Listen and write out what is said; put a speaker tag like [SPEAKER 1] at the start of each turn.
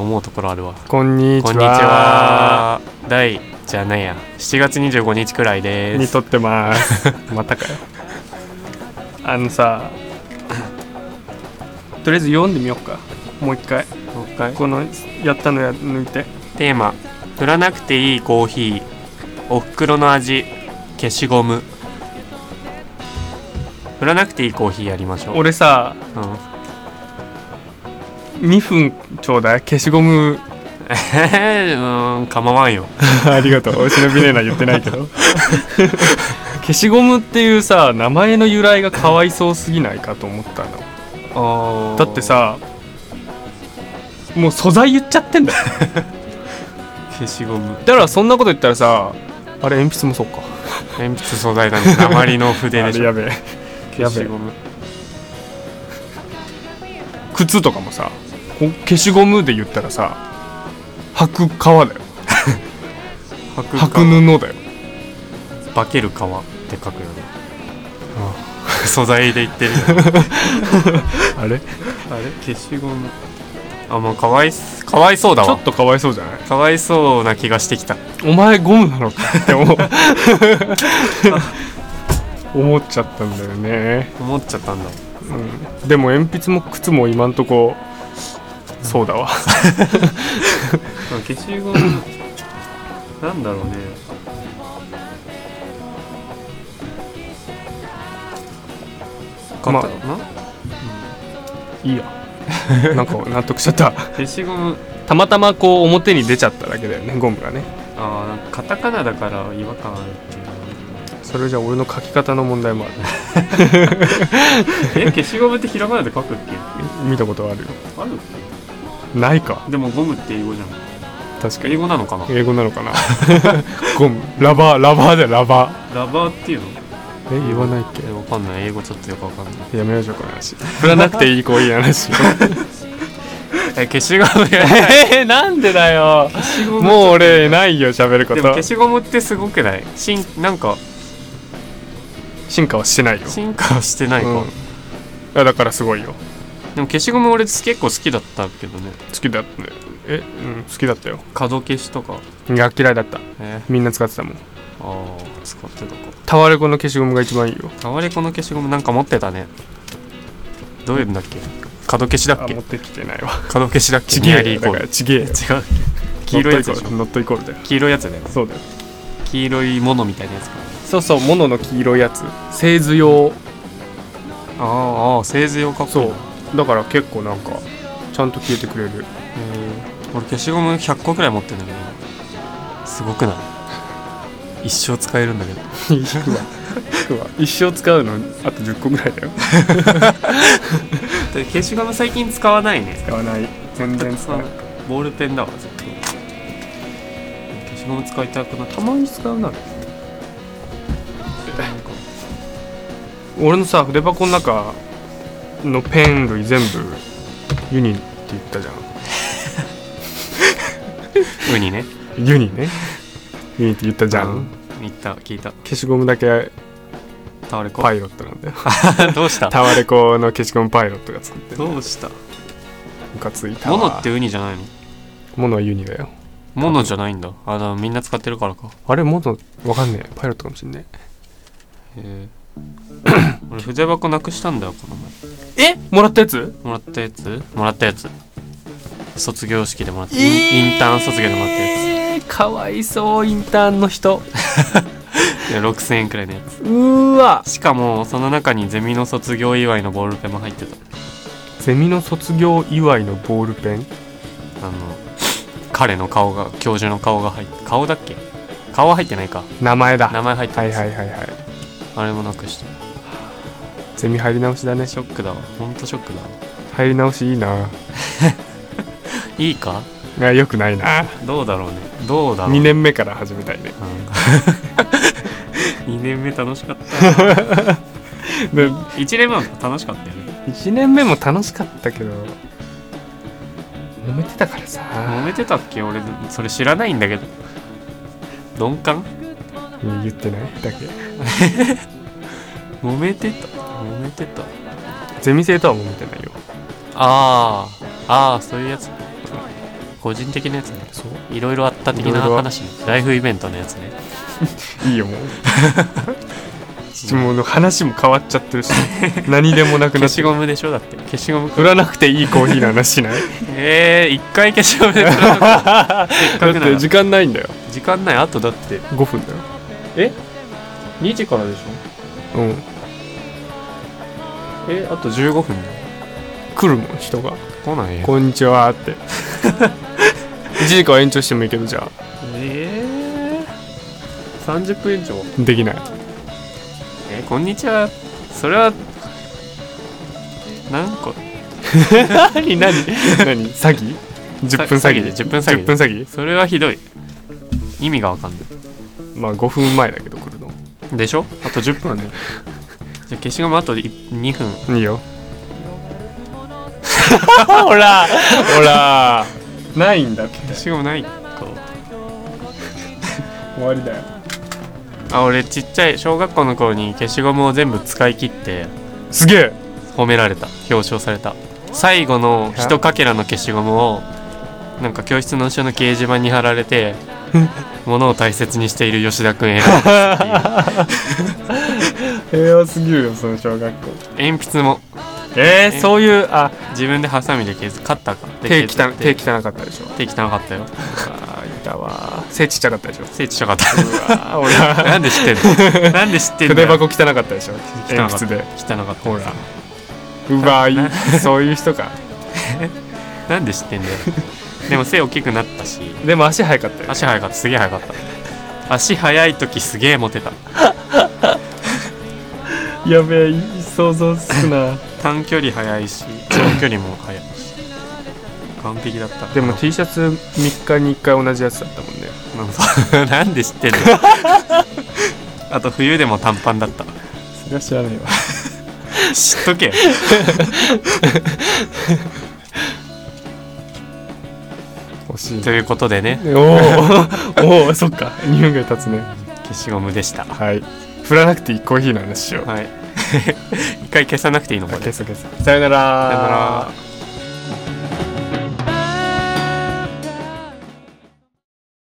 [SPEAKER 1] 思うところあるわ
[SPEAKER 2] こんにち
[SPEAKER 1] こ
[SPEAKER 2] は
[SPEAKER 1] んにちは第じゃないや7月25日くらいで
[SPEAKER 2] に
[SPEAKER 1] す
[SPEAKER 2] 撮ってます またかよあのさとりあえず読んでみようかもう一回
[SPEAKER 1] もう一回
[SPEAKER 2] このやったのや抜いて
[SPEAKER 1] テーマ「塗らなくていいコーヒーおふくろの味消しゴム」塗らなくていいコーヒーやりましょう、
[SPEAKER 2] 俺さ
[SPEAKER 1] うん、
[SPEAKER 2] 2分ちょうだい消しゴム
[SPEAKER 1] えー、うん構わんよ
[SPEAKER 2] ありがとうお忍びねえな言ってないけど 消しゴムっていうさ名前の由来がかわいそうすぎないかと思ったのだってさもう素材言っちゃってんだよ
[SPEAKER 1] 消しゴム
[SPEAKER 2] だからそんなこと言ったらさあれ鉛筆もそうか
[SPEAKER 1] 鉛筆素材だね鉛の筆
[SPEAKER 2] あ
[SPEAKER 1] で
[SPEAKER 2] れ
[SPEAKER 1] しょ
[SPEAKER 2] やべえ
[SPEAKER 1] 消しゴム
[SPEAKER 2] 靴とかもさこ消しゴムで言ったらさ履く革だよ
[SPEAKER 1] 白
[SPEAKER 2] 履く布だよ
[SPEAKER 1] 化ける皮って書くよね 素材で言ってるよね
[SPEAKER 2] あれち
[SPEAKER 1] あれ消しゴムあもうかわいすかわいそうだ
[SPEAKER 2] ょ
[SPEAKER 1] わ
[SPEAKER 2] っとかわいそうじゃない
[SPEAKER 1] かわいそうな気がしてきた
[SPEAKER 2] お前ゴムな のかって思う思っちゃったんだよね、
[SPEAKER 1] 思っちゃったんだ
[SPEAKER 2] うん、でも鉛筆も靴も今んとこそうだわ
[SPEAKER 1] 消しゴム なんだろうね勝った
[SPEAKER 2] まあ
[SPEAKER 1] のない
[SPEAKER 2] いやなんか納得しちゃった
[SPEAKER 1] 消しゴム
[SPEAKER 2] たまたまこう表に出ちゃっただけだよねゴムがね
[SPEAKER 1] あーなんかカタカナだから違和感あるっていうのは
[SPEAKER 2] それじゃ俺の書き方の問題もある
[SPEAKER 1] え 消しゴムってひらがなで書くっけ
[SPEAKER 2] 見たことあるよ
[SPEAKER 1] あるっ
[SPEAKER 2] ないか
[SPEAKER 1] けでもゴムって英語じゃん
[SPEAKER 2] 確かに
[SPEAKER 1] 英語なのかな
[SPEAKER 2] 英語なのかな ゴムラバーラバーだよラバー
[SPEAKER 1] ラバーっていうの
[SPEAKER 2] え言わないっ
[SPEAKER 1] え
[SPEAKER 2] け
[SPEAKER 1] わかんない英語ちょっとよくわかんない
[SPEAKER 2] やめましょうこの話振らなくていいこういう話
[SPEAKER 1] え消しゴム
[SPEAKER 2] えー、なんでだよ もう俺ないよ喋るこ
[SPEAKER 1] でも
[SPEAKER 2] と
[SPEAKER 1] 消しゴムってすごくない進なんか
[SPEAKER 2] 進化はしてないよ、
[SPEAKER 1] 進化はしてないか、
[SPEAKER 2] うん、いやだからすごいよ
[SPEAKER 1] でも消しゴム俺結構好きだったけどね
[SPEAKER 2] 好きだったえ、うん、好きだったよ
[SPEAKER 1] 角消しとか
[SPEAKER 2] いや嫌いだった
[SPEAKER 1] え
[SPEAKER 2] みんな使ってたもん
[SPEAKER 1] ああ使ってたか
[SPEAKER 2] タワレコの消しゴムが一番いいよ
[SPEAKER 1] タワレコの消しゴムなんか持ってたねどういうんだっけ角消しだっ
[SPEAKER 2] あ
[SPEAKER 1] け
[SPEAKER 2] 持ってきてないわ
[SPEAKER 1] 角消しだっけ
[SPEAKER 2] ち
[SPEAKER 1] ニ
[SPEAKER 2] げ
[SPEAKER 1] ア
[SPEAKER 2] え
[SPEAKER 1] リーイ
[SPEAKER 2] よ
[SPEAKER 1] コー
[SPEAKER 2] だか
[SPEAKER 1] ル
[SPEAKER 2] らちげえよ
[SPEAKER 1] 違う黄色いやつでしょ
[SPEAKER 2] ノットイコールだよ
[SPEAKER 1] 黄色いやつだよね
[SPEAKER 2] そうだよ
[SPEAKER 1] 黄色いものみたいなやつか
[SPEAKER 2] そうそうモノの黄色いやつ製図用
[SPEAKER 1] ああああ製図用かっこいい
[SPEAKER 2] そ
[SPEAKER 1] な
[SPEAKER 2] うだから結構なんかちゃんと消えてくれ る
[SPEAKER 1] うん俺消しゴム100個くらい持ってんだけどすごくない一生使えるんだけど
[SPEAKER 2] 引くわ引くわ一生使うのあと10個ぐらい だよ
[SPEAKER 1] 消しゴム最近使わないね
[SPEAKER 2] 使わない全然使
[SPEAKER 1] 使
[SPEAKER 2] わ
[SPEAKER 1] わ
[SPEAKER 2] ない
[SPEAKER 1] ないボールペンだわずっと消しゴム使いたくなたまに使うななんか
[SPEAKER 2] 俺のさ筆箱の中のペン類全部ユニって言ったじゃん
[SPEAKER 1] ウニね
[SPEAKER 2] ユニ ねユニって言ったじゃん、
[SPEAKER 1] うん言った聞いた
[SPEAKER 2] 消しゴムだけ
[SPEAKER 1] タワレコ
[SPEAKER 2] パイロットなん だよ
[SPEAKER 1] どうした
[SPEAKER 2] タワレコの消しゴムパイロットが作ってる
[SPEAKER 1] どうした
[SPEAKER 2] ムカついた
[SPEAKER 1] モ
[SPEAKER 2] わ
[SPEAKER 1] ノってウニじゃないの
[SPEAKER 2] モノはユニだよ
[SPEAKER 1] モノじゃないんだあだからみんな使ってるからか
[SPEAKER 2] あれモノわかんねえパイロットかもしんね
[SPEAKER 1] へ え俺筆箱なくしたんだよこの前
[SPEAKER 2] ええもらったやつ
[SPEAKER 1] もらったやつもらったやつ卒業式でもらった、インインターン卒業でもらったや
[SPEAKER 2] えー、かわいそうインターンの人
[SPEAKER 1] ついや6000円くらいのや
[SPEAKER 2] うーわ
[SPEAKER 1] つしかもその中にゼミの卒業祝いのボールペンも入ってた
[SPEAKER 2] ゼミの卒業祝いのボールペン
[SPEAKER 1] あの彼の顔が教授の顔が入って顔だっけ顔は入ってないか
[SPEAKER 2] 名前だ
[SPEAKER 1] 名前入って
[SPEAKER 2] は
[SPEAKER 1] ま
[SPEAKER 2] い
[SPEAKER 1] す、
[SPEAKER 2] はいはいはい
[SPEAKER 1] あれもなくした
[SPEAKER 2] ゼミ入り直しだね
[SPEAKER 1] ショックだわほんとショックだわ
[SPEAKER 2] 入り直しいいない
[SPEAKER 1] いか
[SPEAKER 2] いやよくないな
[SPEAKER 1] どうだろうねどうだろう
[SPEAKER 2] 2年目から始めたいね
[SPEAKER 1] うん 二年目楽しかった
[SPEAKER 2] で
[SPEAKER 1] 1年目は楽しかったよね
[SPEAKER 2] 1年目も楽しかったけど揉めてたからさ
[SPEAKER 1] 揉めてたっけ俺それ知らないんだけど鈍感
[SPEAKER 2] いや言ってないだけ
[SPEAKER 1] 揉めてた揉めてた
[SPEAKER 2] ゼミ生とは揉めてないよ
[SPEAKER 1] ああああそういうやつ個人的なやつね
[SPEAKER 2] そう
[SPEAKER 1] いろいろあった的ない
[SPEAKER 2] ろいろあ
[SPEAKER 1] 話ねライフイベントのやつね
[SPEAKER 2] いいよもう もう話も変わっちゃってるし何でもなく
[SPEAKER 1] 消
[SPEAKER 2] なっ
[SPEAKER 1] して
[SPEAKER 2] る
[SPEAKER 1] ゴムでしょだって消しゴム
[SPEAKER 2] 売らなくていいコーヒーの話し ない
[SPEAKER 1] えー、一回消しゴムで
[SPEAKER 2] だ
[SPEAKER 1] かくなら
[SPEAKER 2] って時間ないんだよ
[SPEAKER 1] 時間ないあとだって
[SPEAKER 2] 5分だよ
[SPEAKER 1] 2時からでしょ
[SPEAKER 2] うん
[SPEAKER 1] えあと15分だよ
[SPEAKER 2] 来るもん人が
[SPEAKER 1] 来ない
[SPEAKER 2] 「
[SPEAKER 1] よ
[SPEAKER 2] こんにちは」って 1時間延長してもいいけどじゃあ
[SPEAKER 1] えー、30分以上
[SPEAKER 2] で きない
[SPEAKER 1] えこんにちはそれは何個
[SPEAKER 2] 何何何詐欺10分詐
[SPEAKER 1] 詐欺
[SPEAKER 2] 欺
[SPEAKER 1] 10分詐欺
[SPEAKER 2] 10分詐欺
[SPEAKER 1] それはひどい意味がわかんな
[SPEAKER 2] まあ5分前だけど来るの
[SPEAKER 1] いでしょあと10分ねじゃあ消しゴムあと2分
[SPEAKER 2] いいよ ほらほらないんだって
[SPEAKER 1] 消しゴムないか
[SPEAKER 2] 終わりだよ
[SPEAKER 1] あ俺ちっちゃい小学校の頃に消しゴムを全部使い切って
[SPEAKER 2] すげえ
[SPEAKER 1] 褒められた表彰された最後の一かけらの消しゴムをなんか教室の後ろの掲示板に貼られ て物を大切にしている吉田君へ
[SPEAKER 2] 平和すぎるよその小学校
[SPEAKER 1] 鉛筆も
[SPEAKER 2] え
[SPEAKER 1] え
[SPEAKER 2] ー、そういうあ
[SPEAKER 1] 自分でハサミで削カッターかで
[SPEAKER 2] 手汚
[SPEAKER 1] 削って
[SPEAKER 2] 手汚かったでしょ
[SPEAKER 1] 手汚かったよ
[SPEAKER 2] あーいたわー背ちっちゃかったでしょ
[SPEAKER 1] 背ちっちゃかった
[SPEAKER 2] うわーほら
[SPEAKER 1] なんで知ってんのなんで知ってんの
[SPEAKER 2] 筆箱汚かったでしょ
[SPEAKER 1] 汚かっ
[SPEAKER 2] 鉛
[SPEAKER 1] た
[SPEAKER 2] 筆で
[SPEAKER 1] 汚かった
[SPEAKER 2] ほらうわーいそういう人か
[SPEAKER 1] なんで知ってんだよでも背大きくなったし
[SPEAKER 2] でも足速かったよ
[SPEAKER 1] 足速かったすげえ速かった足速い時すげえモテた
[SPEAKER 2] やべえ想像つくな
[SPEAKER 1] 短距離速いし長距離も速いし完璧だった
[SPEAKER 2] でも T シャツ3日に1回同じやつだったもんね
[SPEAKER 1] なんか なんで知ってん のあと冬でも短パンだった
[SPEAKER 2] それは知らないわ
[SPEAKER 1] 知っとけよ
[SPEAKER 2] 惜しい
[SPEAKER 1] ということでね
[SPEAKER 2] お おおおそっか2分ぐらい経つね
[SPEAKER 1] 消しゴムでした
[SPEAKER 2] はい振らなくていい コーヒーの話しよう
[SPEAKER 1] はい一回消さなくていいのこれ
[SPEAKER 2] 消す消すさよなら
[SPEAKER 1] さよなら